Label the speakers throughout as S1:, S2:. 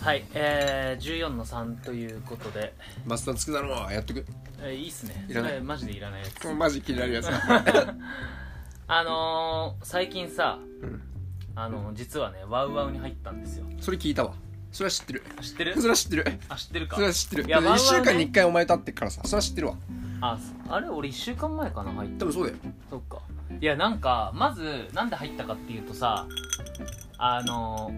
S1: はい、えー、14の3ということで、
S2: マスターつくだろうやってく
S1: えーいいっすね
S2: いらない
S1: それマジでいらないやつ
S2: マジ気になるやつだ
S1: あのー、最近さ、
S2: ん
S1: あのー実はねワウワウに入ったんですよ
S2: それ聞いたわそれは知ってる
S1: 知ってる
S2: それは知ってる
S1: あ知ってるか
S2: それは知ってる
S1: いやワウワウ
S2: 1
S1: ね
S2: 週間に1回お前立ってっからさそれは知ってるわ
S1: あそあれ俺1週間前かな入った
S2: 多分そうだよ
S1: そっかいやなんかまずなんで入ったかっていうとさあの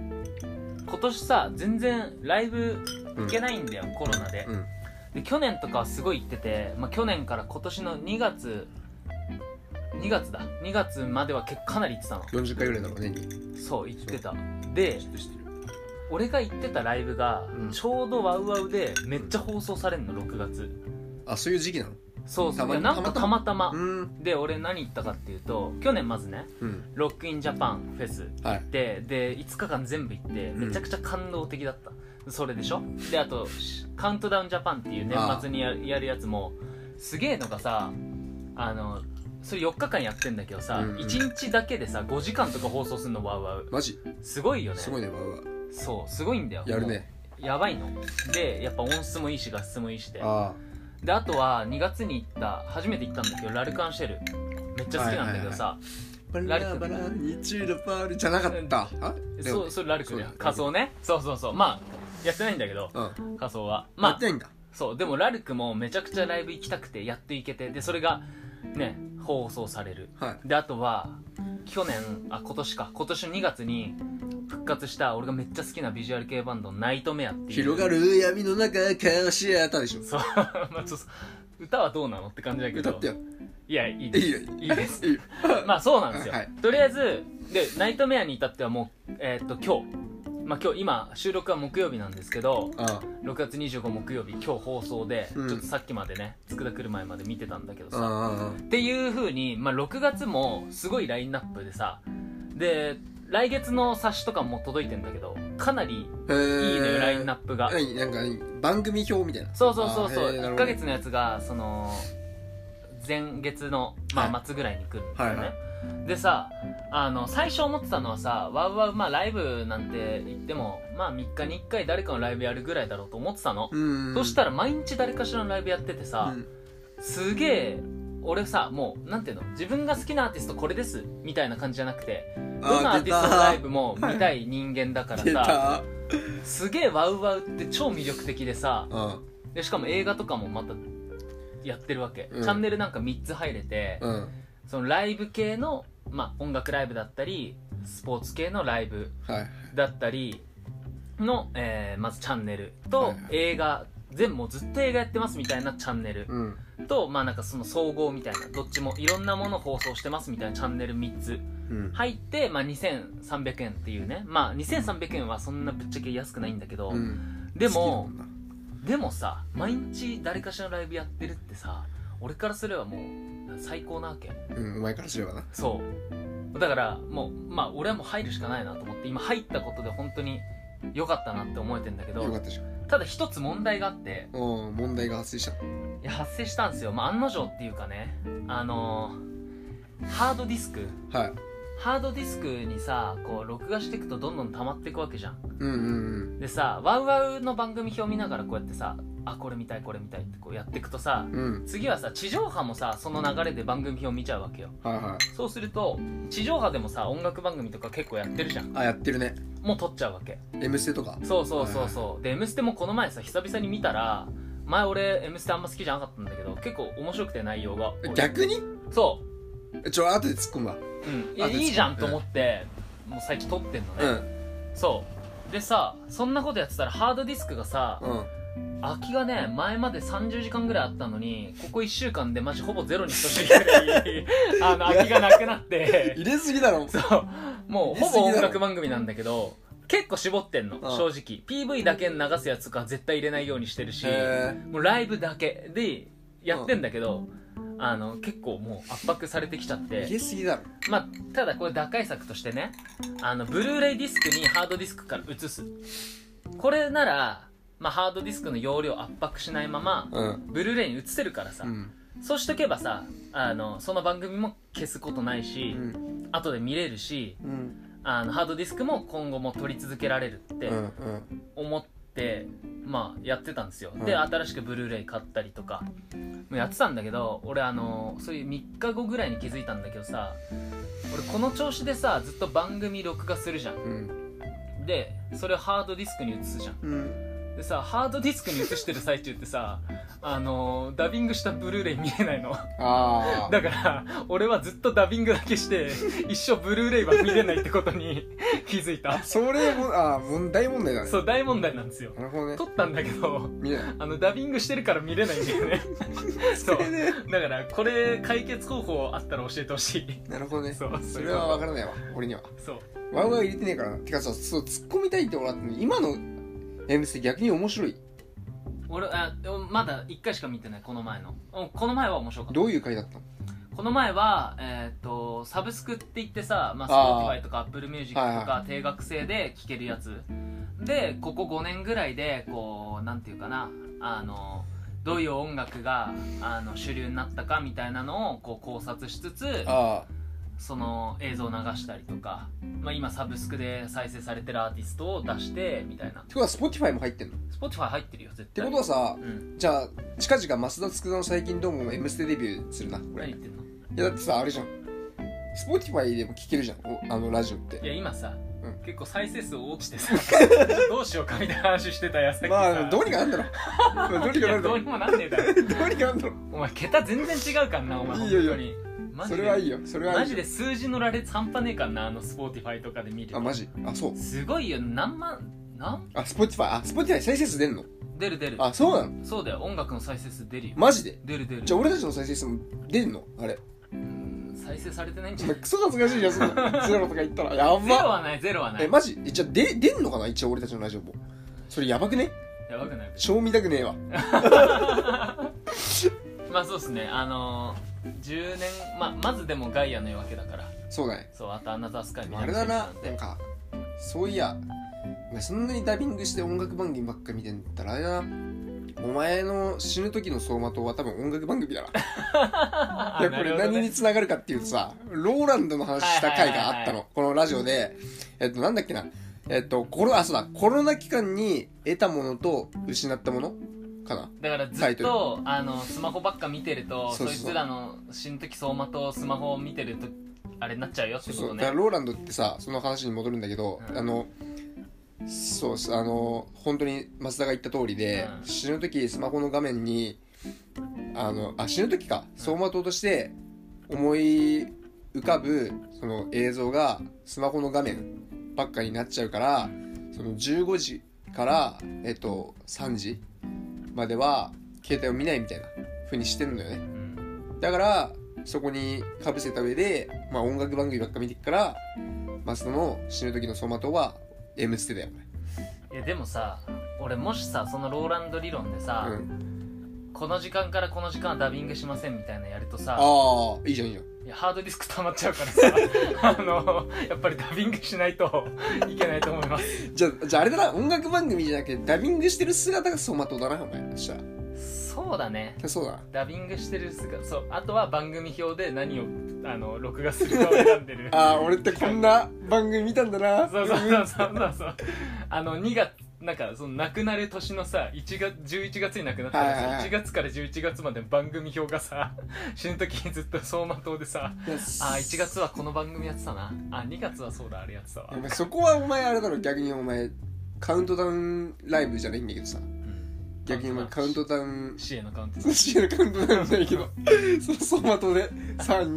S1: ー、今年さ全然ライブ行けないんだよ、コロナで,、
S2: うん
S1: で去年とかはすごい行ってて、まあ、去年から今年の2月2月だ2月までは結構かなり行ってたの
S2: 40回ぐらいだろうね年に
S1: そう行ってたで
S2: 知ってる知ってる
S1: 俺が行ってたライブが
S2: うん
S1: ちょうどワウワウでめっちゃ放送されんの6月
S2: あそういう時期なの
S1: そうそ
S2: た
S1: うい
S2: ま
S1: や
S2: に
S1: なんかた
S2: た
S1: ま
S2: ま
S1: たま
S2: うん
S1: で俺何行ったかっていうと去年まずね
S2: うん
S1: ロックインジャパンフェス
S2: はい
S1: でで5日間全部行って
S2: うん
S1: めちゃくちゃ感動的だった、それでしょであとしカウントダウンジャパンっていう年末にややるやつもすげえのがさあのそれ4日間やってんだけどさ、
S2: うんうん
S1: 1日だけでさ5時間とか放送するのワウワウ
S2: マジ
S1: すごいよね
S2: すごいねわうわう
S1: そうすごいんだよ
S2: やるね
S1: やばいのでやっぱ音質もいいし画質もいいしで
S2: あ
S1: であとは2月に行った初めて行ったんだけどラルカンシェルめっちゃ好きなんだけどさ、
S2: あバ
S1: ラル
S2: ラ
S1: ク
S2: バラにチューラパールじゃなかったあだよ
S1: そう
S2: ね
S1: それラルクだよ
S2: そうだよ
S1: 仮装ねそうそうそうまあやってないんだけど
S2: うん
S1: 仮装は
S2: や
S1: ま
S2: っ
S1: あ
S2: てないんだ
S1: そうでもラルクもめちゃくちゃライブ行きたくてやっと行けてでそれがね放送される
S2: はい
S1: であとは去年あ今年か今年の2月に復活した俺がめっちゃ好きなビジュアル系バンドナイトメアっていう
S2: 広がる闇の中顔し合ったでしょ
S1: そう まあそうそう歌はどうなのって感じだけど
S2: 歌ってよ
S1: いやいい
S2: い
S1: です
S2: いよ
S1: いいです
S2: いいよ
S1: まあそうなんですよ、
S2: はい
S1: とりあえずでナイトメアに至ってはもうえーっと今日まあ今日今収録は木曜日なんですけど
S2: あ
S1: 6月25木曜日今日放送で、
S2: うん
S1: ちょっとさっきまでね佃来る前まで見てたんだけど
S2: ああ
S1: さ
S2: あ
S1: っていう風にまあ6月もすごいラインナップでさで来月の冊子とかも届いてんだけどかなり
S2: あ
S1: いい
S2: へ
S1: ね
S2: え
S1: ラインナップが
S2: 何なんか何番組表みたいな
S1: そうそうそうそ
S2: あ
S1: う
S2: ーへーなる
S1: 1
S2: ほど
S1: ヶ月のやつがその前月の、ま
S2: は
S1: あ、
S2: い
S1: 末ぐらいに来るんだよね、
S2: はいは
S1: でさあの最初思ってたのはさわうわうまあライブなんて言ってもまあ3日に1回誰かのライブやるぐらいだろうと思ってたの、
S2: うん
S1: そしたら毎日誰かしらのライブやっててさ、
S2: うん
S1: すげえ俺さもうなんていうの自分が好きなアーティストこれですみたいな感じじゃなくてどんなアーティストのライブも見たい人間だから
S2: 出た
S1: さ
S2: あ
S1: すげえワウワウって超魅力的でさ
S2: あ
S1: でしかも映画とかもまたやってるわけ、
S2: うん
S1: チャンネルなんか3つ入れて、
S2: うん
S1: そのライブ系の、まあ、音楽ライブだったりスポーツ系のライブ
S2: はい
S1: だったりの、えーまずチャンネルと、
S2: はいはい
S1: 映画全部もうずっと映画やってますみたいなチャンネル
S2: うん
S1: と、まあなんかその総合みたいなどっちもいろんなもの放送してますみたいなチャンネル3つ
S2: うん
S1: 入って、まあ、2300円っていうねまあ2300円はそんなぶっちゃけ安くないんだけど、
S2: うん
S1: でも
S2: 好きなん
S1: でもさ毎日誰かしらのライブやってるってさ俺からすればもう最高なわけ
S2: だうんお前からすればな
S1: そうだからもうまあ俺はもう入るしかないなと思って今入ったことで本当に良かったなって思えてんだけ
S2: よか
S1: ど
S2: ったでしょ
S1: ただ一つ問題があって
S2: うん問題が発生した
S1: いや発生したんですよ、まあ、案の定っていうかねあのーハードディスク
S2: はい
S1: ハードディスクにさこう録画していくとどんどん溜まっていくわけじゃん
S2: うんうん
S1: でさワウワウの番組表見ながらこうやってさあこれ見たいこれ見たいってこうやっていくとさ
S2: うんうん
S1: 次はさ地上波もさその流れで番組表見ちゃうわけよ
S2: はいはい
S1: そうすると地上波でもさ音楽番組とか結構やってるじゃん
S2: あやってるね
S1: もう撮っちゃうわけ
S2: M ステとか
S1: そうそうそうそうで「M ステ」もこの前さ久々に見たら前俺「M ステ」あんま好きじゃなかったんだけど結構面白くて内容が
S2: 逆に
S1: そ
S2: ちょ後で突っ込むわ
S1: う、うん、いや
S2: あ別に
S1: いいじゃんと思って、もう最近撮ってんの
S2: う
S1: ね、
S2: ん
S1: そうでさそんなことやってたらハードディスクがさ
S2: うん
S1: 空きがね前まで30時間ぐらいあったのにここ1週間でマジほぼゼロに等しいぐらいあの空きがなくなって
S2: 入れすぎだろ
S1: そう。もう、
S2: 入れ
S1: ほ
S2: すぎだろ
S1: ぼ音楽番組なんだけど、結構絞ってんの、
S2: ああ
S1: 正直。PV だけ流すやつとか絶対入れないようにしてるし、
S2: へえ
S1: もうライブだけでやってんだけど、あの、結構もう圧迫されてきちゃっ
S2: 入
S1: て。
S2: れすぎだろ
S1: まあ、ただこれ打開策としてね、あの、ブルーレイディスクにハードディスクから移す。これなら、まあ、ハードディスクの容量圧迫しないまま、
S2: うん
S1: ブルーレイに移せるからさ、
S2: うん
S1: そうしとけばさ、あの、その番組も消すことないうし、
S2: ん
S1: 後で見れるし、
S2: うん
S1: あのハードディスクも今後も取り続けられるって
S2: うん
S1: 思っってまあやってたんですよ、で
S2: うん
S1: 新しくブルーレイ買ったりとかもやってたんだけど俺あのそういう3日後ぐらいに気づいたんだけどさ俺この調子でさずっと番組録画するじゃん
S2: うん
S1: でそれをハードディスクに移すじゃん
S2: うん
S1: でさハードディスクに移してる最中ってさ あのダビングしたブルーレイ見えないの
S2: ああ
S1: だから俺はずっとダビングだけして一生ブルーレイは見れないってことに 気づいた
S2: それもあー問題問題だね
S1: そう大問題なんですよ
S2: なるほどね
S1: 撮ったんだけど
S2: 見えない
S1: あのダビングしてるから見れないんだよ ねそう
S2: それね
S1: だからこれ解決方法あったら教えてほしい
S2: なるほどね
S1: そう
S2: それは分からないわ俺には
S1: そう
S2: ワウワウ入れてねえからなてかさそう突っ込みたいって俺は今の「M ステ」逆に面白い
S1: 俺あでもまだ1回しか見てないこの前のうんこの前は面白かった
S2: どういう回だったの
S1: この前は、えー、とサブスクって言ってさ、ま
S2: あ
S1: あ、
S2: ー
S1: Spotify とか AppleMusic とか定額制で聴けるやつでここ5年ぐらいでこうなんていうかなあのどういう音楽があの主流になったかみたいなのをこう考察しつつ
S2: あ
S1: その映像を流したりとか、まあ、今サブスクで再生されてるアーティストを出してみたいな
S2: てことは Spotify も入ってんのっ
S1: Spotify 入ってるよ絶
S2: て
S1: 対
S2: ことはさ
S1: うん
S2: じゃあ近々増田佃の最近どうも「M ステ」デビューするなこ
S1: 何
S2: れい
S1: 言ってんの
S2: やだってさあれじゃん Spotify でも聴けるじゃんおあのラジオって
S1: いや今さ、
S2: うん
S1: 結構再生数落ちて さどうしようかみたいな話してた矢先さ
S2: まあどうにかなんだろ まあどうに
S1: い
S2: かな
S1: や
S2: んだ
S1: ど
S2: ろ
S1: う
S2: う
S1: にもなんねえだろ
S2: どうにかなんだろ
S1: お前桁全然違うからなお前
S2: い
S1: 本
S2: いよいい
S1: 当
S2: よ
S1: にマ
S2: う
S1: ジ
S2: そ
S1: で
S2: れはいいよそれはいいよ
S1: マジで数字の羅列半端ねえからなあのスポーティファイとかで見ると
S2: あマジあそう
S1: すごいよ何万何
S2: あ Spotify あ Spotify 再生数出んの
S1: 出る出る
S2: あそうなの
S1: そうだよ音楽の再生数出るよ、
S2: マジで
S1: 出る出る
S2: じゃあ俺たちの再生数も出んのあれ
S1: うん再生されてないんじ
S2: お
S1: ゃな
S2: 前
S1: い
S2: クソ恥ずかしいじゃんそんなゼロとか言ったらや
S1: ゼロ
S2: ば
S1: はないゼロはない
S2: えマジえじゃあで出んのかな一応俺たちのラジオもそれやばくね
S1: やばくない
S2: 賞味たくねえわ
S1: まあそうっすねあのー、10年、まあ、まずでもガイアの夜明けだから
S2: そうだね
S1: そうあとアナザースカイみた
S2: あ
S1: い
S2: れ
S1: な
S2: だな
S1: 感じ
S2: なんかそういやお前そんなにダビングして音楽番組ばっか見てんだったらあれだなお前の死ぬ時の走馬灯は多分音楽番組だないやこれ何につながるかっていうとさローランドの話した回があったのこのラジオでえっとなんだっけなえっとコロあそうだコロナ期間に得たものと失ったものかな
S1: だからず
S2: タ
S1: っ
S2: イト
S1: とあのスマホばっか見てると
S2: そ
S1: そう
S2: そう
S1: いつらの死ぬ時走馬とスマホを見てるとあれになっちゃうよってこ
S2: そ
S1: と
S2: う
S1: ね
S2: だからローランドってさその話に戻るんだけど、
S1: うん
S2: あのそうそうあの本当に増田が言った通りで、
S1: うん
S2: 死ぬ時スマホの画面にあのあ死ぬ時か走馬灯として思い浮かぶその映像がスマホの画面ばっかになっちゃうからその15時から、えっと、3時までは携帯を見ないみたいな風にしてるのよね。
S1: うん
S2: だからそこにかぶせた上で、まあ、音楽番組ばっか見てっからマストの死ぬ時の走馬灯は M ステだよ
S1: いやでもさ俺もしさそのローランド理論で
S2: あ、
S1: さ、
S2: うん、
S1: この時間からこの時間はダビングしませんみたいなやるとさ
S2: あーいいじゃんいいじゃん
S1: いやハードディスク溜まっちゃうからさ あのやっぱりダビングしないといけないと思います
S2: じゃあじゃああれだな音楽番組じゃなくてダビングしてる姿が走馬灯だなお前そしたら
S1: そうだね
S2: そうだな
S1: ダビングしてる姿そうあとは番組表で何をあの録画するかを選んでる
S2: ああ俺ってこんな番組見たんだな
S1: そうそうそうそうそうそうあの2月なんかその亡くなる年のさ1月11月に亡くなったらさ、
S2: はいはいはい
S1: 1月から11月まで番組表がさ死ぬ時にずっと走馬灯でさ
S2: いや
S1: あ1月はこの番組やってたなあ2月はそうだあれやってたわ
S2: お、前そこはお前あれだろ逆にお前カウントダウンライブじゃないんだけどさ
S1: うん
S2: 逆にお前カウントダウン
S1: 死へのカウントダウン
S2: 寿司屋のカウントダウンじゃないけどその走馬灯で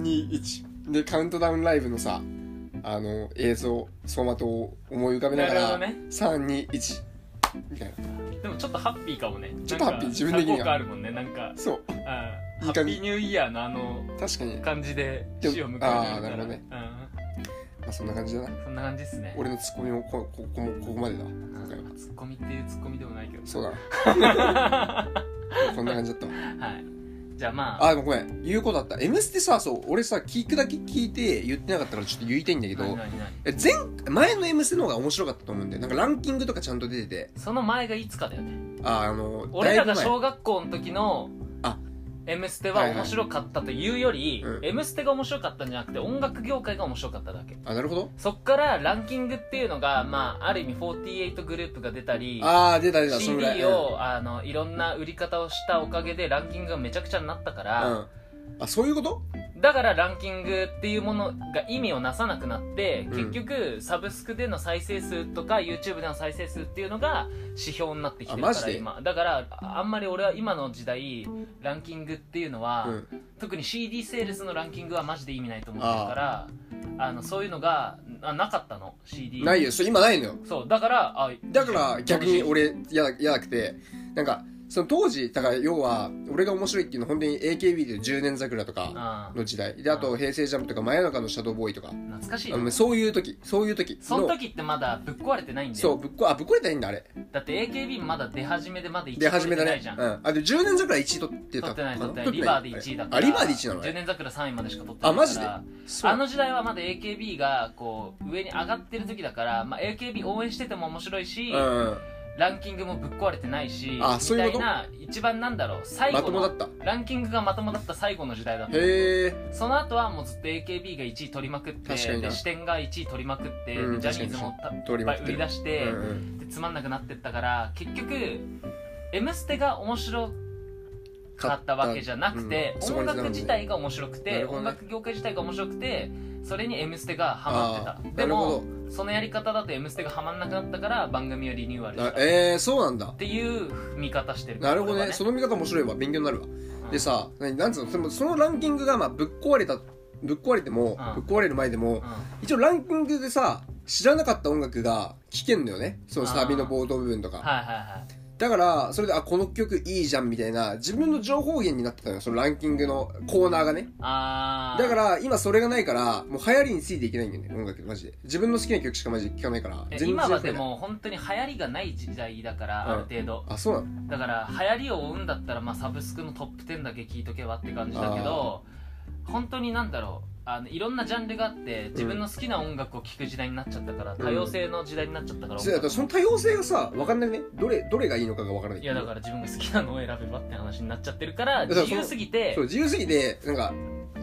S2: 321でカウントダウンライブのさあの映像走馬灯を思い浮かべな
S1: な
S2: が
S1: るほど
S2: ら、
S1: ね
S2: 321みたいな
S1: でもちょっとハッピーかもね
S2: ちょっとハッピ
S1: なんか
S2: ー自分的には
S1: 多幸感あるもんねなんか
S2: そう
S1: あー
S2: い
S1: ハ
S2: い感
S1: ッ
S2: じ
S1: ピーニューイヤーのあの
S2: 確かに、ま
S1: 感じで死を迎えるから
S2: あーなるほどねあ、そんな感じだな
S1: うん、そんな感じっすね
S2: 俺のツッコミもこここもここまでだわ
S1: あ
S2: 今回は
S1: ーツッコミっていうツッコミでもないけ ど
S2: そうだなこんな感じだったわ
S1: はいじゃあまあ
S2: あでもごめん言うことあった「M ステ」さそう俺さ聞くだけ聞いて言ってなかったからちょっと言いたいんだけど
S1: 何何何
S2: え前前の「M ステ」の方が面白かったと思うんだよなんかランキングとかちゃんと出てて
S1: その前がいつかだよね
S2: ああの
S1: 俺ら
S2: だ
S1: が
S2: いぶ前
S1: 小学校の時の
S2: あ
S1: 「M ステ」は面白かったというより
S2: はいはい
S1: 「
S2: うん
S1: M ステ」が面白かったんじゃなくて音楽業界が面白かっただけ
S2: あなるほど
S1: そっからランキングっていうのが、まあ、ある意味48グループが出たり
S2: ああ出た出たそのぐらい
S1: CD をあのいろんな売り方をしたおかげでランキングがめちゃくちゃになったか
S2: うん、う
S1: ら、
S2: んあそういうこと
S1: だからランキングっていうものが意味をなさなくなって、
S2: うん
S1: 結局サブスクでの再生数とか YouTube での再生数っていうのが指標になってきてるか
S2: あマジ
S1: ら
S2: で
S1: 今だからああんまり俺は今の時代ランキングっていうのは、
S2: うん
S1: 特に CD セールスのランキングはマジで意味ないと思ってるからあのそういうのがあなかったの CD
S2: ないよそれ今ないのよ
S1: そうだからあ
S2: だから逆に俺嫌だ嫌なくてなんかその当時だから要は俺が面白いっていうのは本当に AKB で10年桜とか
S1: あ
S2: の時代であと平成ジャンプとか真夜中のシャドーボーイとか
S1: 懐かしい
S2: あ
S1: な
S2: のそういう時そういう時
S1: その
S2: の
S1: 時ってまだぶっ壊れてないんだよ
S2: そうぶっこあぶっこれたらいいんだあれ
S1: だって AKB まだ出始めでまだ1位
S2: 出始めだ
S1: 取れてな
S2: ね
S1: いじゃん、
S2: うんあで10年桜1位取ってた
S1: 取ってない
S2: か
S1: 取ってないリバーで1位だから
S2: あリバーで1位なの
S1: 10
S2: ね
S1: 年桜3位までしか取ってないから
S2: あマジでそう
S1: あの時代はまだ AKB がこう上に上がってる時だから、まあ、AKB 応援してても面白いし、
S2: うんうん
S1: ランキングもぶっ壊れてないし
S2: あそういう
S1: み
S2: こ
S1: たい
S2: と
S1: な一番なんだろう最
S2: ま
S1: 後
S2: ともだ
S1: の
S2: った
S1: ランキングがまともだった最後の時代だった
S2: へえ
S1: その後はもうずっと AKB が1位取りまくって
S2: 確かにな
S1: で視点が1位取りまくって、
S2: うん
S1: ジャニーズもた
S2: 通
S1: い
S2: り
S1: っぱ
S2: ま
S1: い
S2: くっ
S1: 売
S2: て
S1: り
S2: る
S1: 出して、
S2: うんうん
S1: でつまんなくなってったから結局「M ステ」が面白かったわけじゃなくて
S2: 買、ったうん
S1: 音楽自体が面白く
S2: な
S1: て、
S2: るほど
S1: 音
S2: ね
S1: 楽業界自体が面白くてそれに「M ステ」がハマって
S2: あ
S1: た
S2: ー
S1: で
S2: なる
S1: も
S2: ほ
S1: そのやり方だと「M ステ」がハマんなくなったから番組をリニューアルした
S2: あ
S1: っ
S2: えー、そうなんだ
S1: ていう見方してる
S2: なるほどね
S1: 俺は
S2: その見方面白いわ勉強になるわ、
S1: うん
S2: でさ何なんつうのそのそのランキングがまあぶっ壊れたぶっ壊れても、
S1: うん
S2: ぶっ壊れる前でも、
S1: う
S2: 一応ランキングでさ知らなかった音楽が聴けんのよねそのサビの冒頭部分と
S1: ん
S2: か
S1: はいはいはい
S2: だからそれであこの曲いいじゃんみたいな自分の情報源になってたのよそのランキングのコーナーがね
S1: あー
S2: だから今それがないからもう流行りについていけないんだよね音楽マジで自分の好きな曲しかマジで聴かないから
S1: え
S2: 全然
S1: 今はで
S2: わかんない
S1: も本当に流行りがない時代だから、
S2: うん
S1: ある程度
S2: あそうなの
S1: だから流行りを追うんだったら、まあ、サブスクのトップ10だけ聞いとけばって感じだけど本当になんだろうあのいろんなジャンルがあって自分の好きな音楽を聴く時代になっちゃったから、
S2: ん
S1: 多様性の時代になっちゃったから,、
S2: そうだからその多様性がさ分かんないねどれどれがいいのかが分からない
S1: いやだから自分が好きなのを選べばって話になっちゃってるから
S2: だから
S1: 自
S2: その
S1: 由すぎて
S2: そう自由すぎてなんか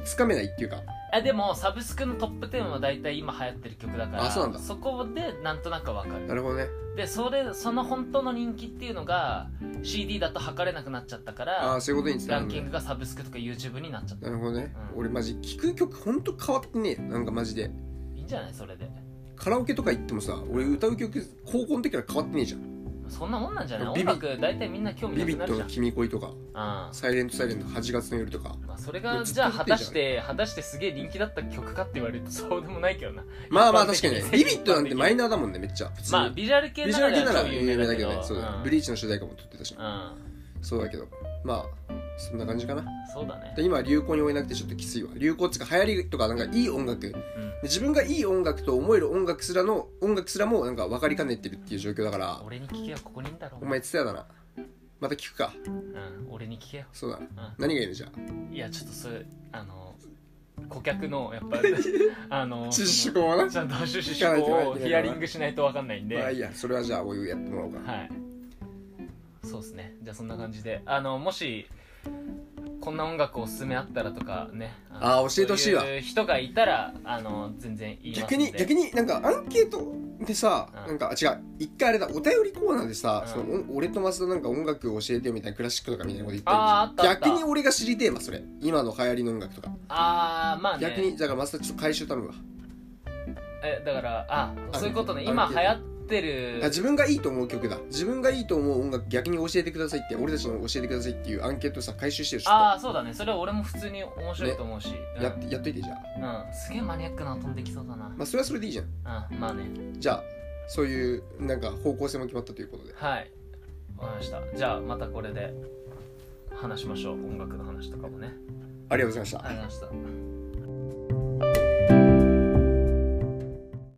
S2: つかめないっていうか
S1: あでもサブスクのトップ10は大体今流行ってる曲だから
S2: あそうなんだ
S1: こでなんとなくわかる
S2: なるほどね
S1: でそれその本当の人気っていうのが CD だと測れなくなっちゃったか
S2: ああ
S1: ら
S2: ーそういうことにつな
S1: ラ
S2: がる
S1: ン
S2: ね
S1: キングがサブスクとか YouTube になっちゃった
S2: なるほどね、
S1: うん
S2: 俺マジ聴く曲ほんと変わってねえよなんかマジで
S1: いいんじゃないそれで
S2: カラオケとか行ってもさ俺歌う曲高校の時から変わってねえじゃん
S1: そんなもんなんじゃない
S2: ビ
S1: 音
S2: ビ
S1: 楽大体みんな興
S2: 「
S1: 味
S2: ビ
S1: なく
S2: ビ
S1: な
S2: ッ
S1: る
S2: ト
S1: じ
S2: の
S1: ゃん
S2: 君恋」とか
S1: あ
S2: 「サイレントサイレント8月の夜」とか
S1: まあ、それが
S2: ずっと
S1: じゃあ
S2: 言
S1: 果
S2: ってん
S1: た
S2: じゃん
S1: して果たしてすげえ人気だった曲かって言われるとそうでもないけどな
S2: まあまあ確かにね
S1: 一般的
S2: ビビットなんてマ
S1: 一
S2: イ
S1: 般的
S2: ナーだもんねめっちゃ普通に
S1: まあビジュアル系
S2: ビ
S1: な
S2: ジュアル系な
S1: ら
S2: ら有名だけどねそうだ、
S1: ん
S2: ブリーチの主題歌も撮ってたし
S1: うん
S2: そうだけどまあそんな感じかな
S1: そうだね
S2: で今は流行に追えなくてちょっときついわ流行っていうか流行りとかなんかいい音楽で
S1: うん
S2: 自分がいい音楽と思える音楽すらの音楽すらもなんか分かりかねてるっていう状況だから
S1: 俺に聞けよここにいんだろ
S2: お前ツタヤだなまた聞くか
S1: うん俺に聞けよ
S2: そうだな
S1: うん
S2: 何がいいのじゃ
S1: いやちょっとそれあの顧客の やっぱあの
S2: あ知識をな
S1: ちゃんと趣
S2: 聞か
S1: 旨
S2: ないといけない
S1: をヒアリングしないとわかんないんで
S2: まあいいやそれはじゃあお湯やってもらおうか
S1: はいそうですねじゃあそんな感じであのもしこんな音楽おすすめあったらとかねの
S2: あー教えてほしいわ
S1: そういう人がいたらあの全然言います
S2: 逆
S1: んで
S2: に逆になんかアンケートでさ、
S1: うん
S2: なんかあ違う一回あれだお便りコーナーでさ、
S1: うん
S2: そのお俺と松田なんか音楽教えてよみたいなクラシックとかみたいなこと言って
S1: あーあったあった
S2: 逆に俺が知りてえわそれ今の流行りの音楽とか、
S1: ああまあね
S2: 逆にだから松田ちょっと回収頼むわ
S1: えだからあ
S2: あ
S1: そういうことね
S2: あ
S1: 今流行ってる
S2: あ自分がいいと思う曲だ自分がいいと思う音楽逆に教えてくださいって俺たちの教えてくださいっていうアンケートさ回収してるし
S1: ああそうだねそれは俺も普通に面白いと思うし、うん
S2: やっやっといてじゃあ、
S1: うん、すげえマニアックなの飛んできそうだな、
S2: まあ、それはそれでいいじゃん
S1: うんまあね
S2: じゃあそういうなんか方向性も決まったということで
S1: はいわかりましたじゃあまたこれで話しましょう音楽の話とかもね
S2: ありがとうございました
S1: ありがとうございました